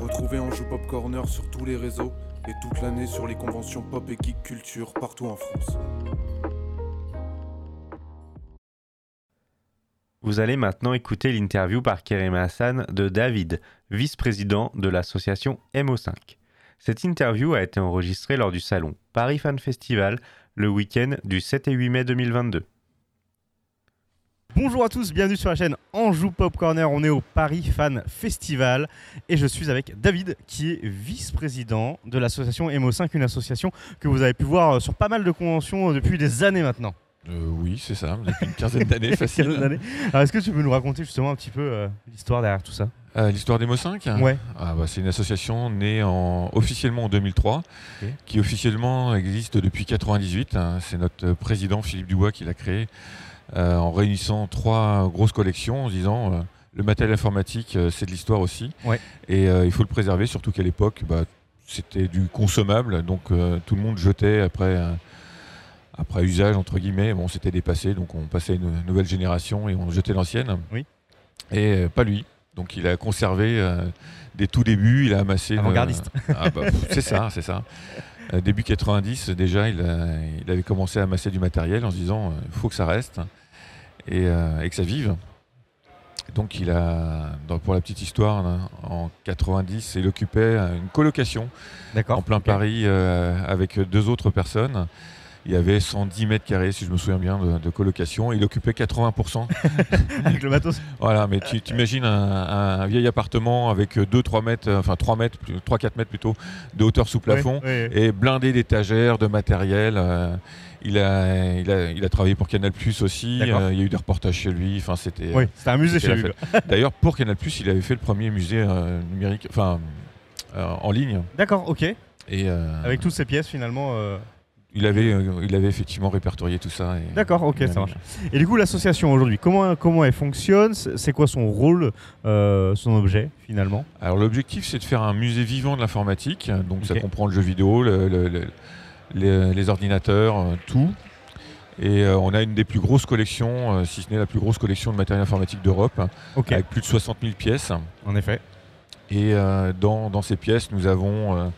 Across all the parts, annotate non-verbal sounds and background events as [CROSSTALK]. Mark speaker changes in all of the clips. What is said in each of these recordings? Speaker 1: Retrouvez Anjou Pop Corner sur tous les réseaux et toute l'année sur les conventions pop et geek culture partout en France.
Speaker 2: Vous allez maintenant écouter l'interview par Kerem Hassan de David, vice-président de l'association MO5. Cette interview a été enregistrée lors du salon Paris Fan Festival le week-end du 7 et 8 mai 2022.
Speaker 3: Bonjour à tous, bienvenue sur la chaîne Anjou Pop Corner. On est au Paris Fan Festival et je suis avec David qui est vice-président de l'association MO5, une association que vous avez pu voir euh, sur pas mal de conventions euh, depuis des années
Speaker 4: [LAUGHS]
Speaker 3: maintenant.
Speaker 4: Euh, oui, c'est ça, depuis une quinzaine
Speaker 3: [LAUGHS]
Speaker 4: d'années facile.
Speaker 3: Quinzaine d'années. Alors, Est-ce que tu peux nous raconter justement un petit peu euh, l'histoire derrière tout ça
Speaker 4: Euh, L'histoire des Mo5
Speaker 3: Ouais.
Speaker 4: Ah, bah, C'est une association née en, officiellement en 2003,
Speaker 3: Ok.
Speaker 4: qui officiellement existe depuis 98. hein. C'est notre président Philippe Dubois qui l'a créé euh, en réunissant trois grosses collections en se disant euh, le matériel informatique, euh, c'est de l'histoire aussi.
Speaker 3: Ouais.
Speaker 4: Et euh, il faut le préserver, surtout qu'à l'époque, bah, c'était du consommable, donc euh, tout le monde jetait après. euh, après usage, entre guillemets, bon, c'était dépassé, donc on passait à une nouvelle génération et on jetait l'ancienne.
Speaker 3: Oui.
Speaker 4: Et euh, pas lui. Donc il a conservé euh, des tout débuts, il a amassé. une-
Speaker 3: Avant-gardiste.
Speaker 4: Ah, bah, pff, c'est ça, c'est ça. Euh, début 90, déjà, il, a- il avait commencé à amasser du matériel en se disant euh, il faut que ça reste et, euh, et que ça vive. Donc il a, dans- pour la petite histoire, hein, en 90, il occupait euh, une colocation
Speaker 3: [LAUGHS] D'accord.
Speaker 4: en plein
Speaker 3: Ah, Ok.
Speaker 4: Paris euh, avec deux autres personnes. Il y avait 110 mètres carrés, si je me souviens bien, de, de colocation. Il occupait 80%.
Speaker 3: [LAUGHS] Avec le matos.
Speaker 4: voilà, mais tu imagines un, un vieil appartement avec 2-3 mètres, euh, enfin 3 mètres, 3-4 mètres plutôt, de hauteur sous [LAUGHS] plafond.
Speaker 3: Ouais, ouais.
Speaker 4: Et blindé d'étagères, de matériel. euh, il, a, il, a, il a travaillé pour Canal Plus aussi.
Speaker 3: D'accord.
Speaker 4: euh, il y a eu des reportages chez lui. Enfin, c'était.
Speaker 3: Oui, c'était un musée
Speaker 4: c'était
Speaker 3: chez
Speaker 4: euh, la
Speaker 3: lui.
Speaker 4: fête.
Speaker 3: quoi.
Speaker 4: D'ailleurs, pour Canal Plus, il avait fait le premier musée euh, numérique, enfin, euh, en ligne.
Speaker 3: D'accord, ok.
Speaker 4: Et, euh,
Speaker 3: Avec toutes ces pièces finalement. euh,
Speaker 4: Il avait, euh, il avait effectivement répertorié tout ça. et-
Speaker 3: D'accord, ok,
Speaker 4: et-
Speaker 3: ça marche. Et du coup, l'association aujourd'hui, comment, comment elle fonctionne C'est c'est quoi son rôle, euh, son objet finalement
Speaker 4: Alors l'objectif, c'est de faire un musée vivant de l'informatique. Donc ça
Speaker 3: Ok.
Speaker 4: comprend le jeu vidéo, le- le- le- les, les ordinateurs, euh, tout. Et euh, on a une des plus grosses collections, euh, si ce n'est la plus grosse collection de matériel informatique d'Europe,
Speaker 3: Ok,
Speaker 4: avec plus de 60 000 pièces.
Speaker 3: en effet.
Speaker 4: Et euh, dans, dans ces pièces, nous avons euh,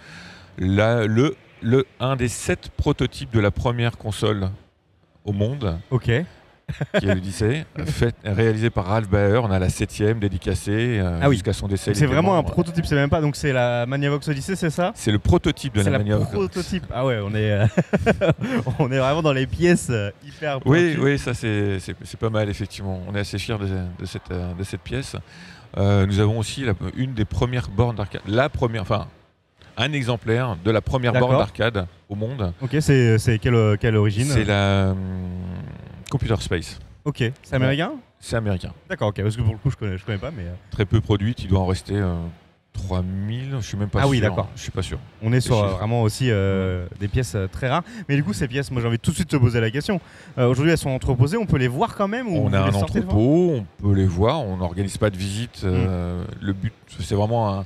Speaker 4: la- le, le, un des sept prototypes de la première console au monde.
Speaker 3: Ok.
Speaker 4: qui
Speaker 3: [LAUGHS]
Speaker 4: est l'Odyssée, fait- réalisé par Ralph Baer. On a la septième dédicacée euh,
Speaker 3: Ah oui.
Speaker 4: jusqu'à son décès. il
Speaker 3: C'est
Speaker 4: était
Speaker 3: vraiment un
Speaker 4: membre.
Speaker 3: prototype, c'est même pas. Donc c'est la Magnavox Odyssey, c'est ça
Speaker 4: C'est le prototype de
Speaker 3: C'est la
Speaker 4: la manière.
Speaker 3: prototype. Ah ouais, on est, euh, [LAUGHS] on est vraiment dans les pièces euh, hyper.
Speaker 4: Oui,
Speaker 3: pointues.
Speaker 4: oui, ça c'est c'est- c'est pas mal effectivement. On est assez fiers de, de cette, euh, de cette pièce. Euh, nous avons aussi la- une des premières bornes d'arcade, la première, enfin un exemplaire de la première
Speaker 3: D'accord.
Speaker 4: borne d'arcade au monde.
Speaker 3: Ok, c'est c'est quelle, euh, quelle origine
Speaker 4: C'est la euh, Computer Space.
Speaker 3: Ok, c'est américain
Speaker 4: C'est américain.
Speaker 3: D'accord, ok, parce que pour le coup, je connais, je connais pas, mais euh,
Speaker 4: Très peu produite. Il doit en rester euh, 3000. Je suis même pas
Speaker 3: Ah
Speaker 4: sûr.
Speaker 3: oui, d'accord.
Speaker 4: Je suis pas sûr.
Speaker 3: on est sur euh,
Speaker 4: chiffres.
Speaker 3: vraiment aussi euh, des pièces euh, très rares. Mais du coup, ces pièces, moi j'ai envie tout de suite de te poser la question. Euh, Aujourd'hui, elles sont entreposées, on peut les voir quand même ou hein.
Speaker 4: On
Speaker 3: vous
Speaker 4: a
Speaker 3: les
Speaker 4: un
Speaker 3: sortez devant
Speaker 4: entrepôt, on peut les voir, on n'organise pas de visite.
Speaker 3: Mm.
Speaker 4: euh, Le but, c'est vraiment un.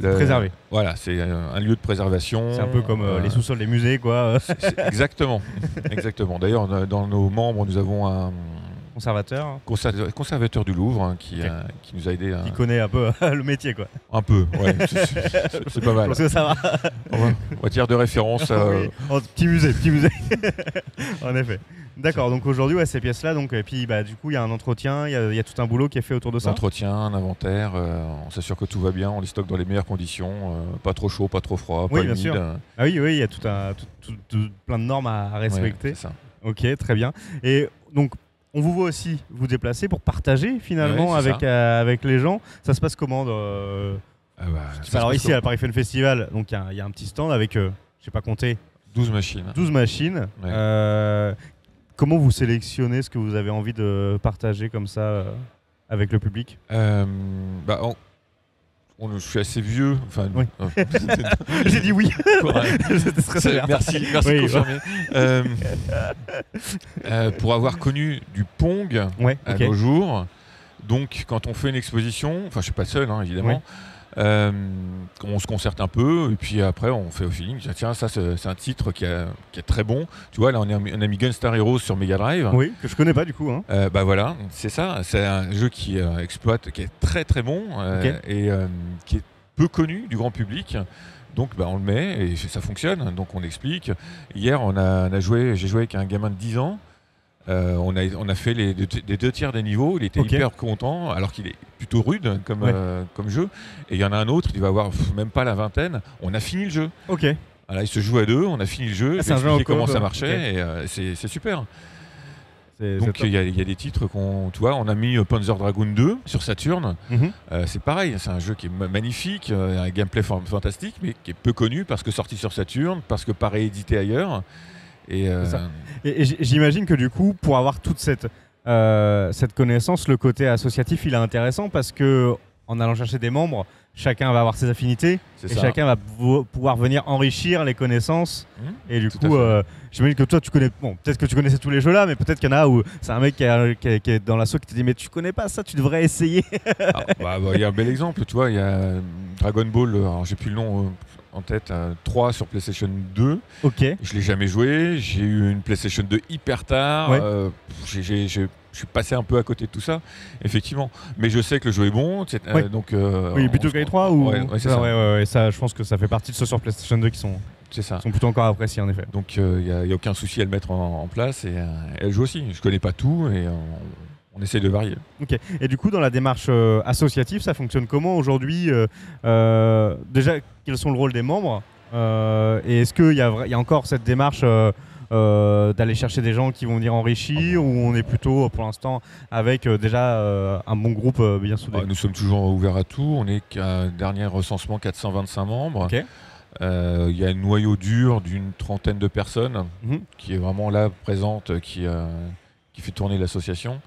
Speaker 4: le-
Speaker 3: Préservé.
Speaker 4: Voilà, c'est euh, un lieu de préservation.
Speaker 3: C'est un peu comme euh,
Speaker 4: euh,
Speaker 3: les sous-sols des musées, quoi. euh,
Speaker 4: c'est- c'est- Exactement, exactement. D'ailleurs, euh, dans nos membres, nous avons un
Speaker 3: Conservateur, hein,
Speaker 4: conser- conservateur du Louvre hein, qui,
Speaker 3: Ok.
Speaker 4: euh, qui nous a aidé
Speaker 3: qui
Speaker 4: un,
Speaker 3: connaît un peu euh, le métier, quoi.
Speaker 4: un peu. ouais, c'est- c'est c'est
Speaker 3: [LAUGHS]
Speaker 4: pas mal.
Speaker 3: Parce que ça va.
Speaker 4: En matière de référence, euh,
Speaker 3: Oui. Oh, petit musée, petit
Speaker 4: [LAUGHS]
Speaker 3: musée. en effet. D'accord, donc aujourd'hui, ouais, ces pièces-là, donc, et puis bah, du coup, il y a un entretien, il y, a- il y a tout un boulot qui est fait autour de ça.
Speaker 4: l'entretien, un inventaire, euh, on s'assure que tout va bien, on les stocke dans les meilleures conditions, euh, pas trop chaud, pas trop froid,
Speaker 3: Oui,
Speaker 4: pas
Speaker 3: bien
Speaker 4: humide.
Speaker 3: sûr.
Speaker 4: euh,
Speaker 3: Ah oui, oui, il y a tout un, tout- tout- tout- plein de normes à à
Speaker 4: ouais,
Speaker 3: respecter.
Speaker 4: c'est ça.
Speaker 3: ok, très bien. Et donc, on vous voit aussi vous déplacer pour partager finalement
Speaker 4: Ouais, c'est
Speaker 3: avec, euh, avec les gens. Ça se passe comment euh,
Speaker 4: Ah bah, ça se
Speaker 3: Alors
Speaker 4: passe
Speaker 3: ici, à Paris Fun Festival, donc il y a un- il y, a un petit stand avec, euh, je sais pas compter,
Speaker 4: 12 machines.
Speaker 3: 12 machines.
Speaker 4: Ouais.
Speaker 3: Euh, comment vous sélectionnez ce que vous avez envie de partager comme ça euh, avec le public
Speaker 4: Euh, bah, on- on- je suis assez vieux. Enfin,
Speaker 3: Oui.
Speaker 4: euh,
Speaker 3: [LAUGHS] J'ai dit oui. [LAUGHS]
Speaker 4: Ouais.
Speaker 3: C'était très sévère.
Speaker 4: merci, merci de
Speaker 3: Oui,
Speaker 4: confirmer. Euh, euh, pour avoir connu du Pong
Speaker 3: Ouais,
Speaker 4: à
Speaker 3: ok.
Speaker 4: nos jours, donc quand on fait une exposition, enfin je suis pas le seul hein, évidemment, euh, on se concerte un peu et puis après on fait au feeling. Tiens, Tiens, ça c'est c'est un titre qui, a- qui est très bon. Tu vois, là on, est, on a mis Gunstar Heroes sur Mega Drive.
Speaker 3: Oui, que je connais pas du coup. hein.
Speaker 4: Euh, bah voilà, c'est ça. C'est un jeu qui euh, exploite, qui est très très bon euh,
Speaker 3: Ok.
Speaker 4: et euh, qui est peu connu du grand public. Donc bah, on le met et ça fonctionne. Donc on explique. Hier, on a, on a joué, j'ai joué avec un gamin de 10 ans. Euh, on, a, on a fait les deux, les deux tiers des niveaux. Il était
Speaker 3: Ok.
Speaker 4: hyper content, alors qu'il est plutôt rude comme,
Speaker 3: Ouais.
Speaker 4: euh, comme jeu. Et il y en a un autre, il va avoir pff, même pas la vingtaine. On a fini le jeu.
Speaker 3: Ok.
Speaker 4: Alors, il se joue à deux, on a fini le jeu,
Speaker 3: Ah,
Speaker 4: j'ai
Speaker 3: c'est un jeu en
Speaker 4: expliqué
Speaker 3: coop,
Speaker 4: comment ça
Speaker 3: ouais.
Speaker 4: marchait, et euh, c'est c'est super.
Speaker 3: C'est-
Speaker 4: Donc
Speaker 3: c'est
Speaker 4: il y, a- il y a des titres qu'on, tu vois, on a mis euh, Panzer Dragoon 2 sur Saturn.
Speaker 3: top. Mhm.
Speaker 4: Euh, c'est pareil, c'est un jeu qui est ma- magnifique, euh, un gameplay fan- fantastique, mais qui est peu connu parce que sorti sur Saturn, parce que pas réédité ailleurs. Et euh,
Speaker 3: C'est ça. Et, et j- j'imagine que du coup, pour avoir toute cette, euh, cette connaissance, le côté associatif, il est intéressant parce que en allant chercher des membres, chacun va avoir ses affinités
Speaker 4: c'est
Speaker 3: et
Speaker 4: ça.
Speaker 3: chacun va pou- pouvoir venir enrichir les connaissances.
Speaker 4: Mhm.
Speaker 3: Et du
Speaker 4: Tout à
Speaker 3: coup,
Speaker 4: fait.
Speaker 3: euh, j'imagine que toi, tu connais. Bon, peut-être que tu connaissais tous les jeux là, mais peut-être qu'il y en a où c'est un mec qui, a- qui a- qui est dans l'assaut qui te dit Mais tu connais pas ça, tu devrais
Speaker 4: [LAUGHS]
Speaker 3: essayer.
Speaker 4: Ah, bah, bah, Il y a un bel exemple, tu vois, il y a euh, Dragon Ball, euh, alors j'ai plus le nom euh, en tête, euh, 3 sur PlayStation 2.
Speaker 3: ok.
Speaker 4: Je l'ai jamais joué, j'ai eu une PlayStation 2 hyper tard,
Speaker 3: Ouais.
Speaker 4: euh, j'ai- j'ai- j'ai- je suis passé un peu à côté de tout ça, effectivement. Mais je sais que le jeu est bon, c'est- euh,
Speaker 3: Ouais.
Speaker 4: donc... euh,
Speaker 3: Oui,
Speaker 4: on-
Speaker 3: plutôt
Speaker 4: on-
Speaker 3: que les 3 ou.
Speaker 4: Ouais, ouais, c'est
Speaker 3: Ah,
Speaker 4: ça.
Speaker 3: ouais, ouais, ouais, ça, je pense que ça fait partie de ceux sur PlayStation 2 qui sont,
Speaker 4: C'est ça.
Speaker 3: sont plutôt encore appréciés en effet.
Speaker 4: Donc il n'y a, y a aucun souci à le mettre en, en place et, euh, elle joue aussi. Je connais pas tout et euh, on, on essaie de varier.
Speaker 3: Ok. Et du coup, dans la démarche euh, associative, ça fonctionne comment aujourd'hui euh, euh, Déjà, quels sont le rôle des membres Euh, Et est-ce qu'il y, a vra- il y a encore cette démarche euh, euh, d'aller chercher des gens qui vont venir enrichir ou on est plutôt euh, pour l'instant avec euh, déjà euh, un bon groupe euh, bien soudé
Speaker 4: Bah, nous sommes toujours ouverts à tout. On est qu'à dernier recensement 425 membres.
Speaker 3: Ok.
Speaker 4: Euh, Il y a un noyau dur d'une trentaine de personnes
Speaker 3: Mhm.
Speaker 4: qui est vraiment là présente, euh, qui, euh, qui fait tourner l'association.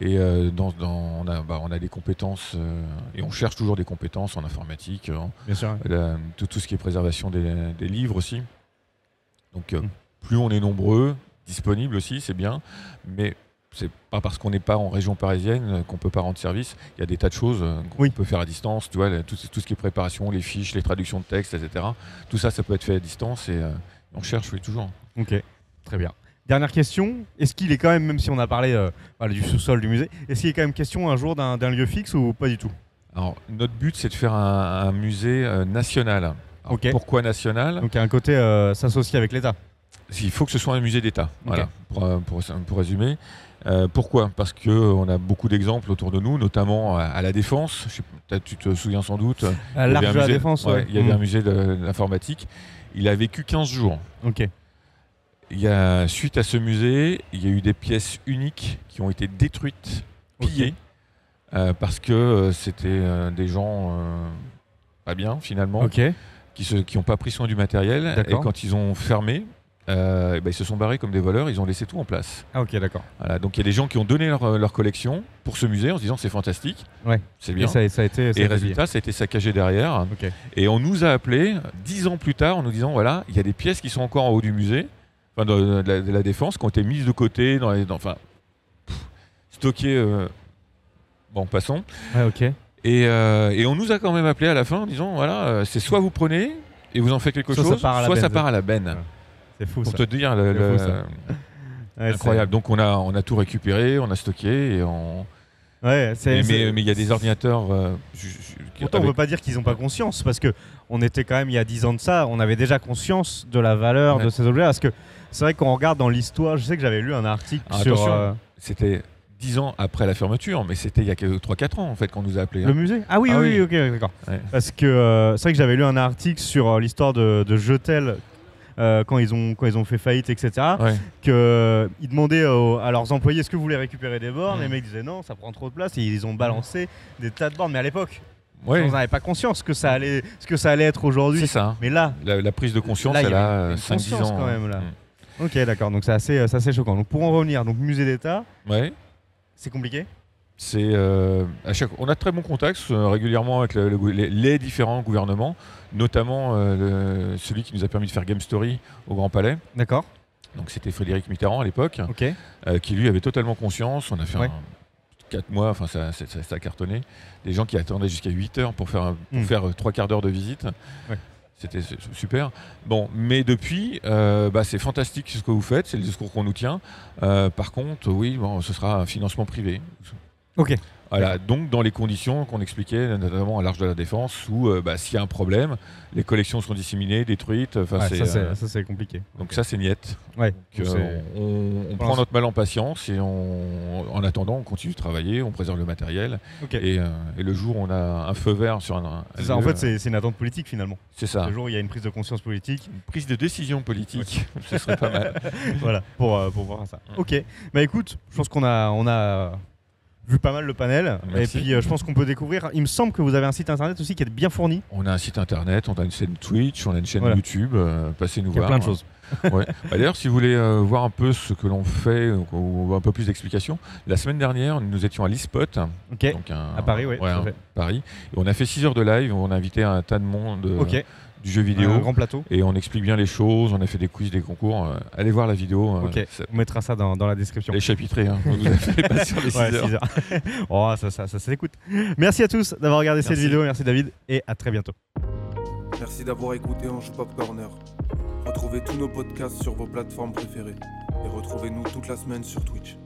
Speaker 4: Et euh, dans, dans- on, a, bah, on a des compétences euh, et on cherche toujours des compétences en informatique, en-
Speaker 3: Bien sûr.
Speaker 4: la- tout, tout ce qui est préservation des, des livres aussi. Donc euh,
Speaker 3: Mm.
Speaker 4: plus on est nombreux, disponible aussi, c'est bien, mais c'est pas parce qu'on n'est pas en région parisienne euh, qu'on peut pas rendre service. Il y a des tas de choses euh, qu'on
Speaker 3: Oui.
Speaker 4: peut faire à distance, tu vois, le- tout, ce- tout ce qui est préparation, les fiches, les traductions de textes, etc. Tout ça, ça peut être fait à distance et euh, on cherche, oui, toujours.
Speaker 3: Ok. Très bien. Dernière question. Est-ce qu'il est quand même, même si on a parlé euh, voilà, du sous-sol du musée, est-ce qu'il est quand même question un jour d'un d'un lieu fixe ou pas du tout
Speaker 4: Alors notre but, c'est de faire un, un musée euh, national. Alors,
Speaker 3: Ok.
Speaker 4: Pourquoi national
Speaker 3: Donc il y a un côté euh, s'associer avec l'État.
Speaker 4: Il faut que ce soit un musée d'État. Voilà, pour, euh, pour, pour résumer. Euh, pourquoi Parce que euh, on a beaucoup d'exemples autour de nous, notamment euh, à, à la Défense. Je sais pas, peut-être tu te souviens sans doute. il y avait
Speaker 3: L'arc
Speaker 4: un
Speaker 3: de la
Speaker 4: musée-
Speaker 3: défense.
Speaker 4: ouais,
Speaker 3: ouais.
Speaker 4: Il y avait
Speaker 3: Mm.
Speaker 4: un musée de, de l'informatique. Il a vécu 15 jours.
Speaker 3: Ok.
Speaker 4: Il y a, suite à ce musée, il y a eu des pièces uniques qui ont été détruites,
Speaker 3: Ok.
Speaker 4: pillées, euh, parce que euh, c'était euh, des gens euh, pas bien finalement,
Speaker 3: Ok.
Speaker 4: qui n'ont qui ont pas pris soin du matériel. Et
Speaker 3: D'accord.
Speaker 4: quand ils ont fermé, euh, eh ben, ils se sont barrés comme des voleurs, ils ont laissé tout en place.
Speaker 3: Ah ok, d'accord.
Speaker 4: Voilà, donc il y a des gens qui ont donné leur, euh, leur collection pour ce musée en se disant c'est fantastique,
Speaker 3: Ouais.
Speaker 4: c'est
Speaker 3: Et
Speaker 4: bien.
Speaker 3: ça, ça a été. ça a
Speaker 4: Et
Speaker 3: été
Speaker 4: résultat, ça a été saccagé derrière.
Speaker 3: dit. Ok.
Speaker 4: Et on nous a appelés dix ans plus tard en nous disant voilà, il y a des pièces qui sont encore en haut du musée, enfin de, de la, de la défense, qui ont été mises de côté, dans les, dans- enfin pff, stockées. euh, bon, passons.
Speaker 3: Ouais, ok.
Speaker 4: Et, euh, et on nous a quand même appelés à la fin en disant voilà, euh, c'est soit vous prenez et vous en faites quelque
Speaker 3: Soit ça
Speaker 4: chose,
Speaker 3: part à la
Speaker 4: soit ça
Speaker 3: benne.
Speaker 4: part à la benne.
Speaker 3: C'est fou
Speaker 4: Pour
Speaker 3: ça.
Speaker 4: te dire
Speaker 3: C'est
Speaker 4: le-
Speaker 3: fou,
Speaker 4: le-
Speaker 3: ça. Ouais, c'est-
Speaker 4: incroyable. Donc on a on a tout récupéré, on a stocké et on
Speaker 3: Ouais,
Speaker 4: Mais
Speaker 3: c'est.
Speaker 4: mais- mais
Speaker 3: c'est-
Speaker 4: il y a des ordinateurs. euh, ju- ju- qui-
Speaker 3: Pourtant, on
Speaker 4: avec-
Speaker 3: peut pas dire qu'ils n'ont pas conscience parce que on était quand même il y a 10 ans de ça, on avait déjà conscience de la valeur
Speaker 4: Ouais.
Speaker 3: de ces objets parce que c'est vrai qu'on regarde dans l'histoire, je sais que j'avais lu un article
Speaker 4: Ah,
Speaker 3: sur
Speaker 4: attention.
Speaker 3: euh,
Speaker 4: C'était 10 ans après la fermeture, mais c'était il y a 3-4 ans en fait qu'on nous a appelés.
Speaker 3: le musée. Ah oui,
Speaker 4: Ah
Speaker 3: oui,
Speaker 4: oui.
Speaker 3: ok, d'accord.
Speaker 4: Ouais.
Speaker 3: Parce que euh, c'est vrai que j'avais lu un article sur euh, l'histoire de, de Jetel euh, quand ils ont quand ils ont fait faillite, etc.
Speaker 4: Ouais.
Speaker 3: que euh, ils demandaient au- à leurs employés est-ce que vous voulez récupérer des bornes
Speaker 4: Mm.
Speaker 3: les mecs disaient non ça prend trop de place et ils ont balancé des tas de bornes mais à l'époque
Speaker 4: Ouais,
Speaker 3: on n'avait pas conscience que ça allait ce que ça allait être
Speaker 4: c'est
Speaker 3: aujourd'hui
Speaker 4: ça. hein.
Speaker 3: mais là
Speaker 4: La, la prise de conscience,
Speaker 3: Là, il y
Speaker 4: elle
Speaker 3: avait
Speaker 4: a
Speaker 3: une
Speaker 4: 5-10
Speaker 3: conscience
Speaker 4: ans.
Speaker 3: quand
Speaker 4: hein.
Speaker 3: même, là. ok d'accord donc c'est assez euh, c'est assez choquant donc pour en revenir donc musée d'État
Speaker 4: Mm. Ouais.
Speaker 3: c'est compliqué
Speaker 4: C'est euh, à chaque. On a de très bons contacts euh, régulièrement avec le- le- les, les différents gouvernements, notamment euh, le- celui qui nous a permis de faire Game Story au Grand Palais.
Speaker 3: d'accord
Speaker 4: Donc c'était Frédéric Mitterrand à l'époque,
Speaker 3: ok
Speaker 4: euh, qui lui avait totalement conscience. On a fait
Speaker 3: Ouais.
Speaker 4: 4 mois, enfin ça, ça, ça- ça a cartonné. Des gens qui attendaient jusqu'à 8 heures pour faire, un- pour
Speaker 3: Mm.
Speaker 4: faire euh, trois quarts d'heure de visite.
Speaker 3: Ouais.
Speaker 4: C'était su- super. Bon, mais depuis, euh, bah, c'est fantastique ce que vous faites, c'est le discours qu'on nous tient. Euh, par contre, oui, bon, ce sera un financement privé.
Speaker 3: Ok.
Speaker 4: Voilà, donc dans les conditions qu'on expliquait, notamment à l'Arche de la Défense, où euh, bah, s'il y a un problème, les collections seront disséminées, détruites. Enfin,
Speaker 3: Ouais,
Speaker 4: c'est,
Speaker 3: ça, c'est,
Speaker 4: euh,
Speaker 3: ça, c'est compliqué.
Speaker 4: donc ça, c'est niette.
Speaker 3: Ouais.
Speaker 4: Donc,
Speaker 3: Donc,
Speaker 4: euh,
Speaker 3: c'est-
Speaker 4: on, on
Speaker 3: on
Speaker 4: prend
Speaker 3: lance.
Speaker 4: notre mal en patience et on, en attendant, on continue de travailler, on préserve le matériel.
Speaker 3: ok.
Speaker 4: Et, euh, et le jour où on a un feu vert sur un. un
Speaker 3: C'est ça,
Speaker 4: lieu,
Speaker 3: en
Speaker 4: euh, Ah.
Speaker 3: fait, c'est, c'est une attente politique finalement.
Speaker 4: c'est ça.
Speaker 3: Le jour où il y a une prise de conscience politique,
Speaker 4: Une prise de décision politique, ce serait pas
Speaker 3: [LAUGHS]
Speaker 4: mal.
Speaker 3: voilà, pour, euh, pour voir ça.
Speaker 4: Mm.
Speaker 3: Ok, bah écoute, je pense qu'on a, on a vu pas mal le panel.
Speaker 4: Merci.
Speaker 3: Et puis, euh, je pense qu'on peut découvrir. Il me semble que vous avez un site internet aussi qui est bien fourni.
Speaker 4: On a un site internet, on a une chaîne Twitch, on a une chaîne
Speaker 3: Voilà.
Speaker 4: YouTube. euh, passez-nous
Speaker 3: Il y a
Speaker 4: voir.
Speaker 3: plein de choses.
Speaker 4: Ouais. Bah, D'ailleurs, si vous voulez euh, voir un peu ce que l'on fait ou, ou un peu plus d'explications, la semaine dernière, nous étions à l'eSpot,
Speaker 3: Ok,
Speaker 4: donc un-
Speaker 3: à Paris, oui.
Speaker 4: ouais, hein. un- Paris. Et on a fait 6 heures de live, on a invité un tas de monde euh,
Speaker 3: Ok,
Speaker 4: du jeu vidéo.
Speaker 3: un grand plateau.
Speaker 4: Et on explique bien les choses, on a fait des quiz, des concours. euh, allez voir la vidéo. euh,
Speaker 3: Ok.
Speaker 4: c'est-
Speaker 3: On mettra ça dans, dans la description.
Speaker 4: Elle est chapitrée, hein. vous avez fait passer les 6
Speaker 3: Ouais,
Speaker 4: heures.
Speaker 3: six heures. [LAUGHS] oh, ça, ça, ça s'écoute. Merci à tous d'avoir regardé cette
Speaker 4: Merci.
Speaker 3: vidéo. Merci David et à très bientôt.
Speaker 1: Merci d'avoir écouté Anjou Pop Corner. Retrouvez tous nos podcasts sur vos plateformes préférées et retrouvez-nous toute la semaine sur Twitch.